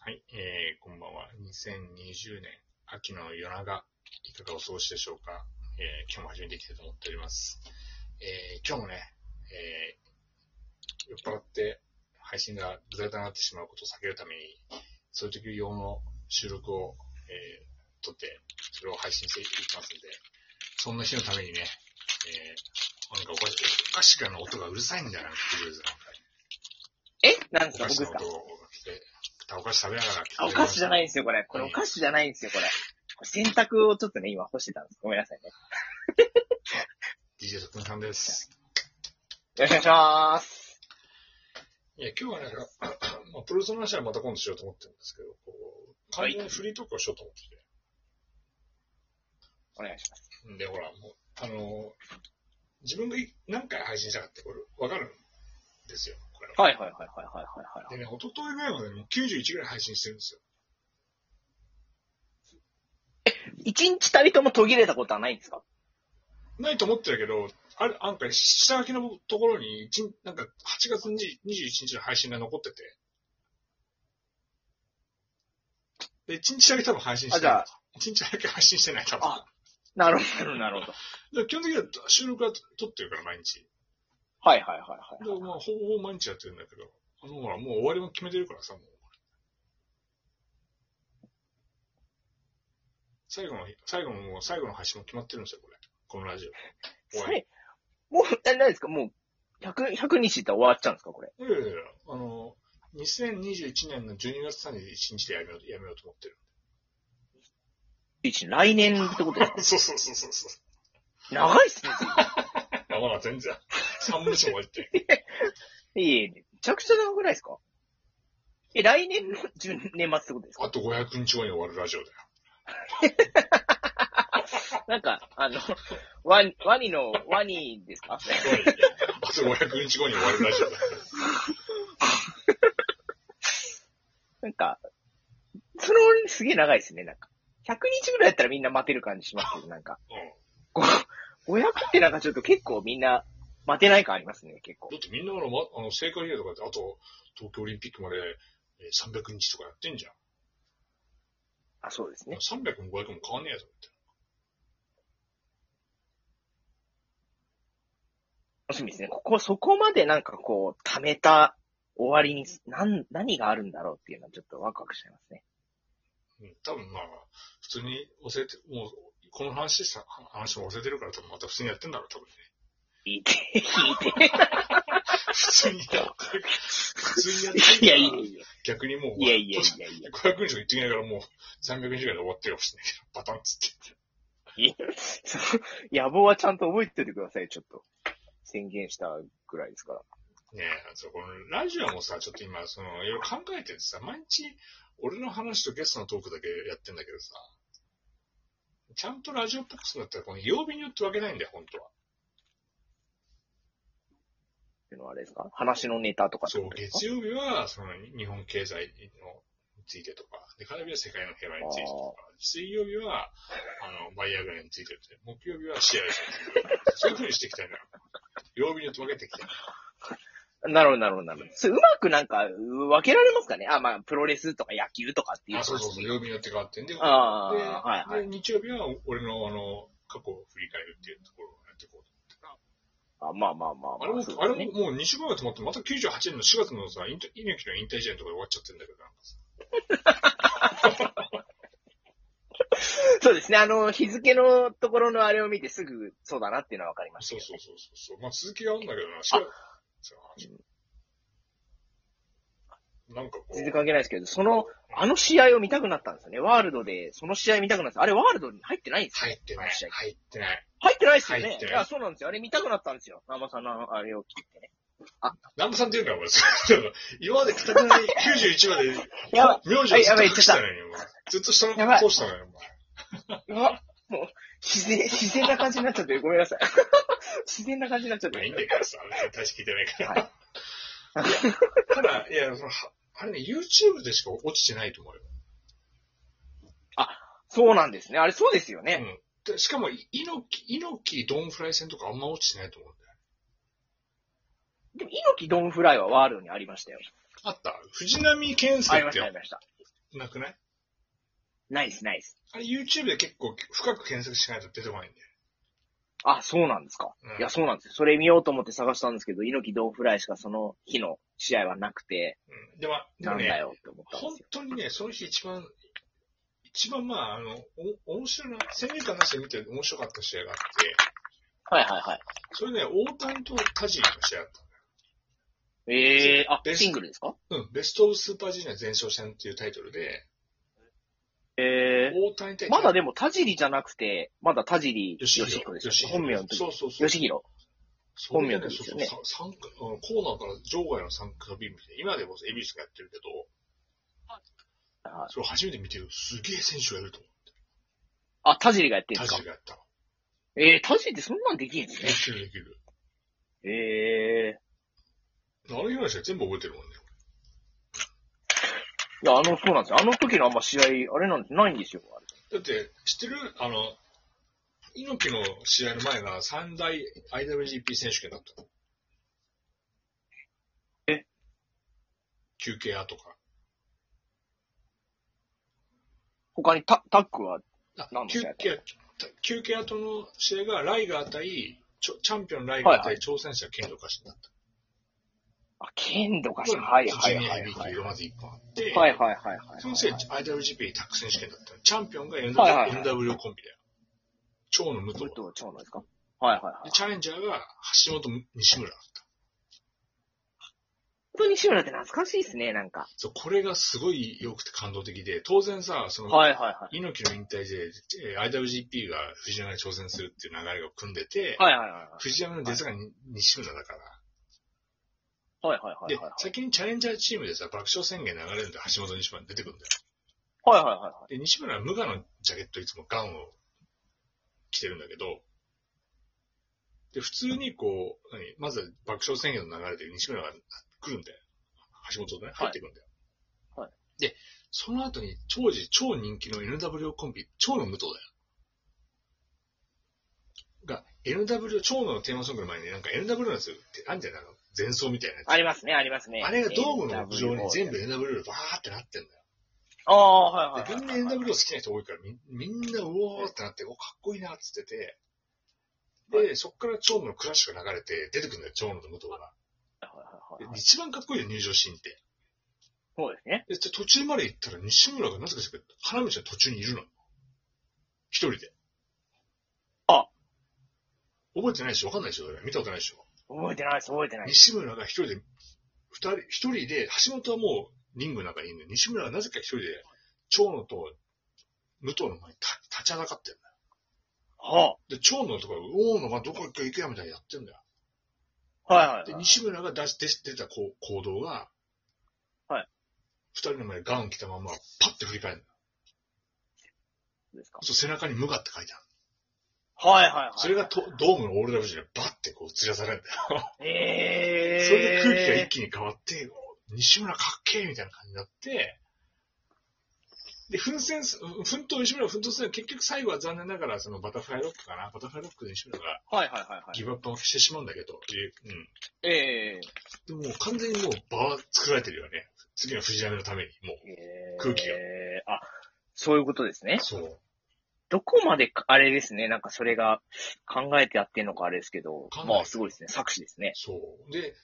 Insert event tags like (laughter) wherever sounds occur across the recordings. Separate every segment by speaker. Speaker 1: はい、えー、こんばんは。2020年秋の夜長、いかがお過ごしでしょうか。えー、今日も始めていきたいと思っております。えー、今日もね、えー、酔っ払って配信がブタブタになってしまうことを避けるために、そういう時用の収録を、えー、撮って、それを配信していきますので、そんな日のためにね、えー、なんかおかしおかしくの音がうるさいんじゃないのってこと
Speaker 2: えなんです
Speaker 1: お
Speaker 2: か
Speaker 1: かし
Speaker 2: 僕
Speaker 1: な
Speaker 2: ですか
Speaker 1: 音を聞いて、お菓子食べながら聞いて。
Speaker 2: あ、お菓子じゃないいんですよ、これ。これ
Speaker 1: うん
Speaker 2: お菓子じゃないんですよ、これ。洗濯をちょっとね、今干してたんです。ごめんなさいね。
Speaker 1: DJ 特訓さんです。
Speaker 2: よろしくお願いします。
Speaker 1: いや、今日はね、 (coughs) まあ、プロレスの話はまた今度しようと思ってるんですけど、こう、完全にフリートークをしようと思ってて。
Speaker 2: お願いします。
Speaker 1: で、ほら、もう、あの、自分がい何回配信したかって、これ、わかるんですよ、これは。
Speaker 2: はいはいはいはいはいはいはい。
Speaker 1: でね、一昨日ぐらいまでねもう91ぐらい配信してるんですよ。
Speaker 2: 一日たりとも途切れたことはないんですか
Speaker 1: ないと思ってるけど、ある、なんか、下書きのところに、一日なんか、8月20 21日の配信が残ってて。で、1日だけ多分配信して
Speaker 2: あじゃ
Speaker 1: ない
Speaker 2: あ。
Speaker 1: 1日だけ配信してない、多分。
Speaker 2: あなるほど、なるほど。
Speaker 1: だから基本的には収録は撮ってるから、毎日。
Speaker 2: はいはいはい
Speaker 1: で
Speaker 2: はい。
Speaker 1: まあ、ほぼほぼ毎日やってるんだけど、あの、ほら、もう終わりも決めてるからさ、もう。最後の、最後の、もう最後の配信も決まってるんですよ、これ。このラジオ。
Speaker 2: さ
Speaker 1: 終
Speaker 2: いもう、え、何ですかもう、100、100日って終わっちゃうんですかこれ。
Speaker 1: わり。いやいやいや、あの、2021年の12月31日でやめよう、やめようと思ってる。
Speaker 2: 一来年ってこと (laughs) です
Speaker 1: (laughs)
Speaker 2: か
Speaker 1: そうそうそうそうそう。
Speaker 2: 長いっすね。
Speaker 1: あ、まだ全然、3分の1も終わりって。
Speaker 2: いえいえ、めちゃくちゃ長くないですかえ、来年の10年末ってことですか
Speaker 1: あと500日後に終わるラジオだよ。
Speaker 2: なんか、
Speaker 1: (laughs)
Speaker 2: あの、ワニ、ワニの、ワニですか
Speaker 1: (laughs) あと500日後に終わるラジオだよ。
Speaker 2: なんか、その割にすげえ長いですね、なんか。100日ぐらいやったらみんな待てる感じしますけど、なんか。
Speaker 1: うん。
Speaker 2: こう500ってなんかちょっと結構みんな待てない感ありますね、結構
Speaker 1: だ。ってみんなあの、ま、あの聖火リレーとかって、あと東京オリンピックまでえー300日とかやってんじゃん。
Speaker 2: あ、そうですね。
Speaker 1: 300も500も変わんねえやぞって。
Speaker 2: 楽しみですね。ここ、そこまでなんかこう、溜めた終わりに、なん、何があるんだろうっていうのはちょっとワクワクしちゃいますね。
Speaker 1: うん、多分まあ、普通に忘れて、もう、この話さ、話も忘れてるから多分また普通にやってんだろう、多分
Speaker 2: (laughs)
Speaker 1: ね。
Speaker 2: いて、聞い
Speaker 1: 普通にやってる。普通にやってる
Speaker 2: て。い
Speaker 1: から
Speaker 2: や、いやいや
Speaker 1: 逆にもう、
Speaker 2: いやいやいやいや。
Speaker 1: 500日も言ってきながらもう300日ぐらいで終わってるかもしれないけど、パタンっつって。
Speaker 2: その野望はちゃんと覚えておいてください、ちょっと。宣言したぐらいですから。
Speaker 1: ねえ、そうこのラジオもさ、ちょっと今、その、いろいろ考えててさ、毎日、俺の話とゲストのトークだけやってんだけどさ、ちゃんとラジオっぽくするんだったら、この曜日によって分けないんだよ、本当は。
Speaker 2: っていうのはあれですか話のネタとかって
Speaker 1: そう
Speaker 2: こ、とですか
Speaker 1: 月曜日は、その、日本経済の、についてとか、で、火曜日は世界の平和についてとか、水曜日は、あの、バイアグラについてとか、木曜日は試合についてとか、そういう風にしていきたいな。曜日によって分けていきたい。
Speaker 2: なるほど、なるほど、なるほど。それうまくなんか、う分けられますかねあ、まあ、プロレスとか野球とかっていう。
Speaker 1: あ、そうそうそう、曜日によって変わってんで、
Speaker 2: あ
Speaker 1: で、
Speaker 2: あ、はいはい。
Speaker 1: で日曜日は俺のあの過去を振り返るっていうところをやっていこうと
Speaker 2: あまあまあまあまあ。
Speaker 1: 思って
Speaker 2: そう
Speaker 1: あれも、
Speaker 2: で
Speaker 1: あれ
Speaker 2: すね
Speaker 1: ももう2週間が止まって、また98年の4月のさ、イント猪木の引退試合のところで終わっちゃってるんだけど、なんかさ
Speaker 2: そうですね。あの、日付のところのあれを見てすぐ、そうだなっていうのは分かりました
Speaker 1: そ
Speaker 2: け
Speaker 1: う
Speaker 2: ど。
Speaker 1: そうそうそう。まあ続きがあるんだけどな、4月。そうなんかこう、
Speaker 2: 全然関係ないですけど、その、あの試合を見たくなったんですよね。ワールドで、その試合見たくなった。あれ、ワールドに入ってないんですよ。
Speaker 1: 入ってない、入ってない。
Speaker 2: 入ってないですよね。
Speaker 1: 入ってない
Speaker 2: いや、そうなんですよ。あれ見たくなったんですよ。生さんのあれを聞いてね。
Speaker 1: 南部さんって言うから、俺、そう今までくたくない91まで、
Speaker 2: やばい。
Speaker 1: 名字をずっと隠してたのに、お前ずっと下の顔通したのに、お前
Speaker 2: うわ、 (laughs) もう、自然、自然な感じになっちゃって、ごめんなさい。 (laughs) 自然な感じになっちゃっ
Speaker 1: まあいいん
Speaker 2: て。
Speaker 1: だけどさ、大して聞いてないから。
Speaker 2: はい。
Speaker 1: ただ、いや、その、はあれね、YouTube でしか落ちてないと思うよ。
Speaker 2: そうなんですね。あれ、そうですよね。
Speaker 1: でしかも、い猪木、猪木、ドンフライ戦とかあんま落ちてないと思うんだよ。
Speaker 2: でも、猪木ドンフライはワールドにありましたよ。
Speaker 1: あった藤波健
Speaker 2: あ
Speaker 1: 介
Speaker 2: りま
Speaker 1: っ
Speaker 2: してた、ありました。
Speaker 1: なくない
Speaker 2: ないです、ないです。
Speaker 1: あれ YouTube で結構深く検索しないと出てこないんだよ。
Speaker 2: あ、そうなんですか。
Speaker 1: うん
Speaker 2: いや、そうなんですよ。それ見ようと思って探したんですけど、猪木ドンフライしかその日の試合はなくて、
Speaker 1: うん、でも、で
Speaker 2: な
Speaker 1: も
Speaker 2: んだ
Speaker 1: ね、
Speaker 2: よって思ったんで
Speaker 1: 本
Speaker 2: すよ。
Speaker 1: 当にね、その日一番、一番まあ、あの、お面白いな、先入観なしで見て面白かった試合があって、
Speaker 2: はいはいはい。
Speaker 1: それね、大谷とタジーの試合だったんだ
Speaker 2: ええー、あ、
Speaker 1: ベスト
Speaker 2: シングルですか
Speaker 1: よ。うん、ベストオブスーパージュニア前哨戦っていうタイトルで、
Speaker 2: ええ
Speaker 1: 大谷対
Speaker 2: まだでも田尻じゃなくて、まだ田尻
Speaker 1: 吉弘
Speaker 2: 義彦ですよ。本名の時。
Speaker 1: そうそうそう。
Speaker 2: 義弘。
Speaker 1: それで
Speaker 2: 本名の時ですよね
Speaker 1: そうそうさん参加あのコーナーから場外の参加ビームで、今でもエビスがやってるけど、
Speaker 2: あ
Speaker 1: それ初めて見てる。すげえ選手がいると思って。
Speaker 2: あ、田尻がやってるん
Speaker 1: タ
Speaker 2: です
Speaker 1: ジ
Speaker 2: か
Speaker 1: がやったの。
Speaker 2: ええー、田尻ってそんなんできるんです
Speaker 1: 練
Speaker 2: ね。
Speaker 1: 習できる。
Speaker 2: ええ
Speaker 1: あの日の試合全部覚えてるもんね。
Speaker 2: いや、あの、そうなんですよ。あの時のあんま試合、あれなんてないんですよ。あ
Speaker 1: だ
Speaker 2: れ
Speaker 1: って、知ってるあの、猪木の試合の前が三大 IWGP 選手権だったの。
Speaker 2: え
Speaker 1: 休憩屋とか。
Speaker 2: 他にタタックは、
Speaker 1: あ
Speaker 2: 何の
Speaker 1: 休
Speaker 2: 試合だった
Speaker 1: 憩屋、休憩後の試合がライガー対、チョチャンピオンライガー
Speaker 2: はいは
Speaker 1: 対挑戦者剣道家臣だった。
Speaker 2: あ、剣道かしら。はいはいはい
Speaker 1: ジュニアヘビー
Speaker 2: は
Speaker 1: 級
Speaker 2: い。
Speaker 1: がまず一本あって、
Speaker 2: はいはいはいはいはい。
Speaker 1: そのせい、IWGP タッグ選手権だったの。チャンピオンが NW,、
Speaker 2: はいはいは
Speaker 1: NW コ
Speaker 2: い
Speaker 1: ンビだよ。蝶の武藤
Speaker 2: 武。藤長男ですかはいはいはい
Speaker 1: で、。チャレンジャーが橋本西村だった。
Speaker 2: 本当に西村って懐かしいですね、なんか。
Speaker 1: そう、これがすごい良くて感動的で、当然さ、その、
Speaker 2: はいはいはい。
Speaker 1: 猪木の引退で、えー IWGP が藤山に挑戦するっていう流れを組んでて、
Speaker 2: はいはいはいはい。
Speaker 1: 藤山の出がに西村だから。
Speaker 2: はいはいはい
Speaker 1: で
Speaker 2: はい。、
Speaker 1: 先にチャレンジャーチームでさ、爆笑宣言流れるんで橋本西村出てくるんだよ。
Speaker 2: はいはいはいはい。
Speaker 1: で、西村は無我のジャケットいつもガンを着てるんだけど、で、普通にこう、何まず爆笑宣言の流れで西村が来るんだよ。橋本とね、入ってくるんだよ。
Speaker 2: はいは
Speaker 1: で、その後に当時超人気の NW コンビ、超の武藤だよ。が、NW、超のテーマソングの前になんか NW のやつってあんじゃないの前奏みたいなやつ。
Speaker 2: ありますね、ありますね。
Speaker 1: あれがドームの屋上に全部
Speaker 2: NW。
Speaker 1: NW バーってなってんだよ。
Speaker 2: ああ、はいはい
Speaker 1: で、
Speaker 2: は
Speaker 1: みん
Speaker 2: い
Speaker 1: な
Speaker 2: はいは
Speaker 1: NW
Speaker 2: い。
Speaker 1: 好きな人多いから、みみんな、うおーってなって、お、かっこいいなって言ってて、
Speaker 2: は
Speaker 1: で、そっから蝶野のクラッシュが流れて、出てくるんだよ、蝶野と武藤が。
Speaker 2: はいはい
Speaker 1: で
Speaker 2: はい
Speaker 1: 一番かっこいいよ、入場シーンって。
Speaker 2: そうですね。
Speaker 1: で、ちょ途中まで行ったら、西村がなぜかしら、花道の途中にいるの。一人で。
Speaker 2: あ
Speaker 1: 覚えてないでしょわかんないでしょ俺見たことないでしょ
Speaker 2: 覚えてないです、覚えてないです。
Speaker 1: 西村が一人で、二人、一人で、橋本はもうリングの中にいるのに西村がなぜか一人で、蝶野と武藤の前に立立ちはだかってる
Speaker 2: は
Speaker 1: で、長野とか、大野がどこ行く行くやみたいにやってんだよ。
Speaker 2: あ。はいはい
Speaker 1: で、
Speaker 2: はい。
Speaker 1: 西村が出して出たこう行動が、
Speaker 2: はい。
Speaker 1: 二人の前にガウン着たまま、パッて振り返るんだよ。
Speaker 2: ですか
Speaker 1: そう、背中に無我って書いてある。
Speaker 2: はいはいはい。
Speaker 1: それがとドームのオールダブルにバッてこう吊らされるんだよ。
Speaker 2: ええー。
Speaker 1: それで空気が一気に変わって、西村かっけえみたいな感じになって、で、奮戦す、奮闘、西村は奮闘する。結局最後は残念ながら、そのバタフライロックかな。バタフライロックで西村が
Speaker 2: はいはいはいはい。
Speaker 1: ギブアップをしてしまうんだけど、うん。
Speaker 2: ええ
Speaker 1: でもう完全にもう場は作られてるよね。次の藤波のために、もう。
Speaker 2: ー。えー
Speaker 1: 空気が。
Speaker 2: あ、そういうことですね。
Speaker 1: そう。
Speaker 2: どこまでか、あれですね、なんかそれが考えてやってんのかあれですけど
Speaker 1: 考え、て
Speaker 2: まあすごいですね、作詞ですね。
Speaker 1: そう。で、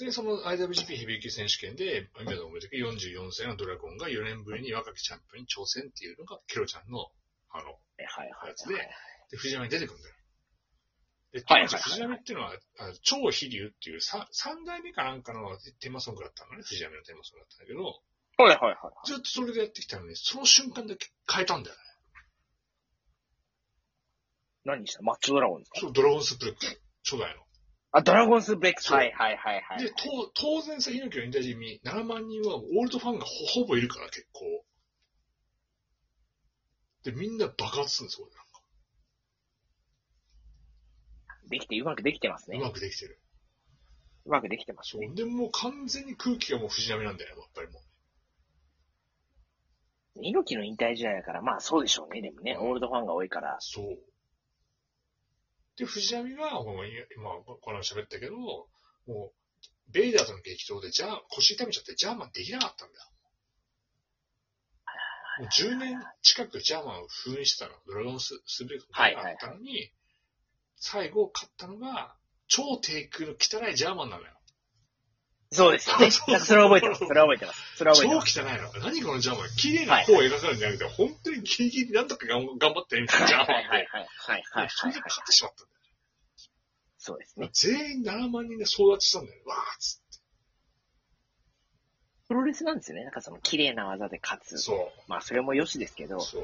Speaker 1: でその IWGP ヘビー級選手権で、今でも覚えてる44歳のドラゴンが4年ぶりに若きチャンピオンに挑戦っていうのが、ケロちゃんの、あの、
Speaker 2: えはいはい
Speaker 1: やつで
Speaker 2: はい。、
Speaker 1: で、藤波に出てくるんだよ。で、
Speaker 2: はい
Speaker 1: 当
Speaker 2: はい
Speaker 1: 時
Speaker 2: はい
Speaker 1: 藤波っていうのは、あ超飛竜っていうさ三代目かなんかのテーマソングだったのね、藤波のテーマソングだったんだけど、
Speaker 2: はいはいはい。
Speaker 1: ずっとそれでやってきたのに、その瞬間だけ変えたんだよね。
Speaker 2: 何したマッチョドラゴンですか
Speaker 1: そう、ドラゴンスプレック初代の。
Speaker 2: あ、ドラゴンスブレックス。
Speaker 1: そう
Speaker 2: はいはいはいはい。
Speaker 1: で、と当然さ、猪木の引退時に7万人はオールドファンがほほぼいるから結構。で、みんな爆発するんですよ、こ
Speaker 2: できて、うまくできてます
Speaker 1: れなんか。う。
Speaker 2: ね
Speaker 1: まくできてる。
Speaker 2: うまくできてます
Speaker 1: そ
Speaker 2: ね。
Speaker 1: う。で、もう完全に空気がもう藤波なんだよ、やっぱりもう。
Speaker 2: 猪木の引退試合だから、まあそうでしょうね、でもね。オールドファンが多いから。
Speaker 1: そう。で、藤波が、もうい今、この話喋ったけど、もう、ベイダーとの激闘で、じゃあ、腰痛めちゃって、ジャーマンできなかったんだよ。
Speaker 2: ははい
Speaker 1: もう10年近くジャーマンを封印してたの。ドラゴンススブレイクとかあったのに、最後勝ったのが、超低空の汚いジャーマンなのよ。
Speaker 2: そうですよね。 (laughs) なんかそれは覚え (laughs) てます。それは覚えてます。それは覚え
Speaker 1: 超
Speaker 2: て
Speaker 1: 汚
Speaker 2: ます。
Speaker 1: いの。何このジャーマン。綺麗な方を描かるんじゃなくて、本当にギリギリなんとか頑頑張ってみたいなジャーマンで。
Speaker 2: はいはいはいはいはいはい
Speaker 1: それで勝ってしまったんだよ。
Speaker 2: そうですね。
Speaker 1: 全員7万人で争奪したんだよ。わーっつって。
Speaker 2: プロレスなんですよね。なんかその綺麗な技で勝つ。
Speaker 1: そ
Speaker 2: まあそれも良しですけど
Speaker 1: う。、そう。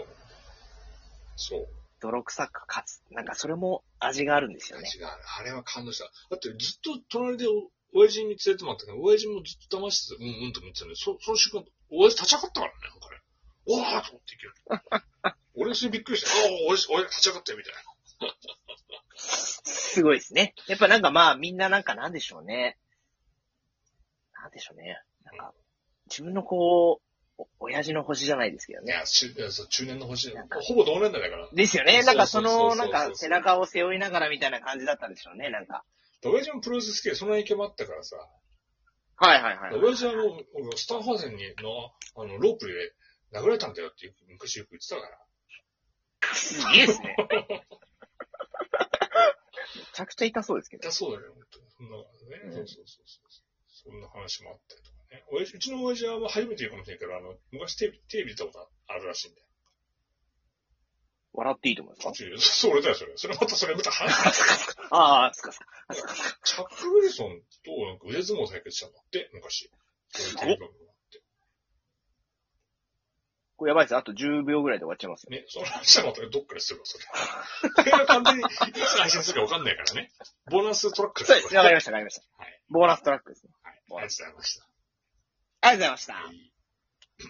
Speaker 1: そう。
Speaker 2: 泥臭く勝つ。なんかそれも味があるんですよね。
Speaker 1: 違う。あれは感動した。だってずっと隣でお親父に連れてもらったから、親父もずっと騙してて、うんうんと見てたんで、そその瞬間、親父立ち上がったからね、なんかね。おーっと思っていきなり。
Speaker 2: (laughs)
Speaker 1: 俺がそれびっくりして、ああ、俺、俺立ち上がったよ、みたいな。
Speaker 2: すごいですね。やっぱなんかまあみんななんかなんでしょうね。なんでしょうね。なんか、自分のこう、お親父の星じゃないですけど
Speaker 1: い
Speaker 2: ね。
Speaker 1: や、中いやそう中年の星
Speaker 2: なんか
Speaker 1: ほぼ同年代だから。
Speaker 2: ですよね。なんか
Speaker 1: そ
Speaker 2: そ
Speaker 1: う
Speaker 2: の、
Speaker 1: そう
Speaker 2: な
Speaker 1: そ
Speaker 2: ん
Speaker 1: うそう
Speaker 2: か背中を背負いながらみたいな感じだったんでしょうね、なんか。
Speaker 1: 親父もプロレス好きで、その影響もあったからさ。
Speaker 2: はいはいはい。
Speaker 1: 親父はもう、俺スタンハーゼンにの、あの、ロープで殴られたんだよってよく昔よく言ってたから。
Speaker 2: すげえですね。めちゃくちゃ痛そうですけど
Speaker 1: 痛。そうだね、本当に。そんな、ね、
Speaker 2: うん
Speaker 1: そうそうそうそう。そんな話もあったりとかね。親父うちの親父はあんま初めて言うかもしれないけど、あの、昔テレビ、テレビ出たことあるらしいんだよ。
Speaker 2: 笑っていいと思います
Speaker 1: あ、違うそう、俺だよ、それ。それまたそれまた話す。
Speaker 2: かああ、すかすか。
Speaker 1: チャック・ウィルソンとなんか腕相撲対決したんだって、昔。
Speaker 2: すご
Speaker 1: そう
Speaker 2: っ
Speaker 1: いうテレビ番組があって
Speaker 2: これやばいです。あと10秒ぐらいで終わっちゃいますよ。
Speaker 1: ね、その話はまたどっかでするわ、それ。これが完全にいつ配信するかわかんないからね。ボーナストラック
Speaker 2: そうです。わかり
Speaker 1: はい。
Speaker 2: ました、わかりました
Speaker 1: はい。
Speaker 2: ボーナストラックですね。
Speaker 1: ありがとうございました。
Speaker 2: ありがとうございました。
Speaker 1: はい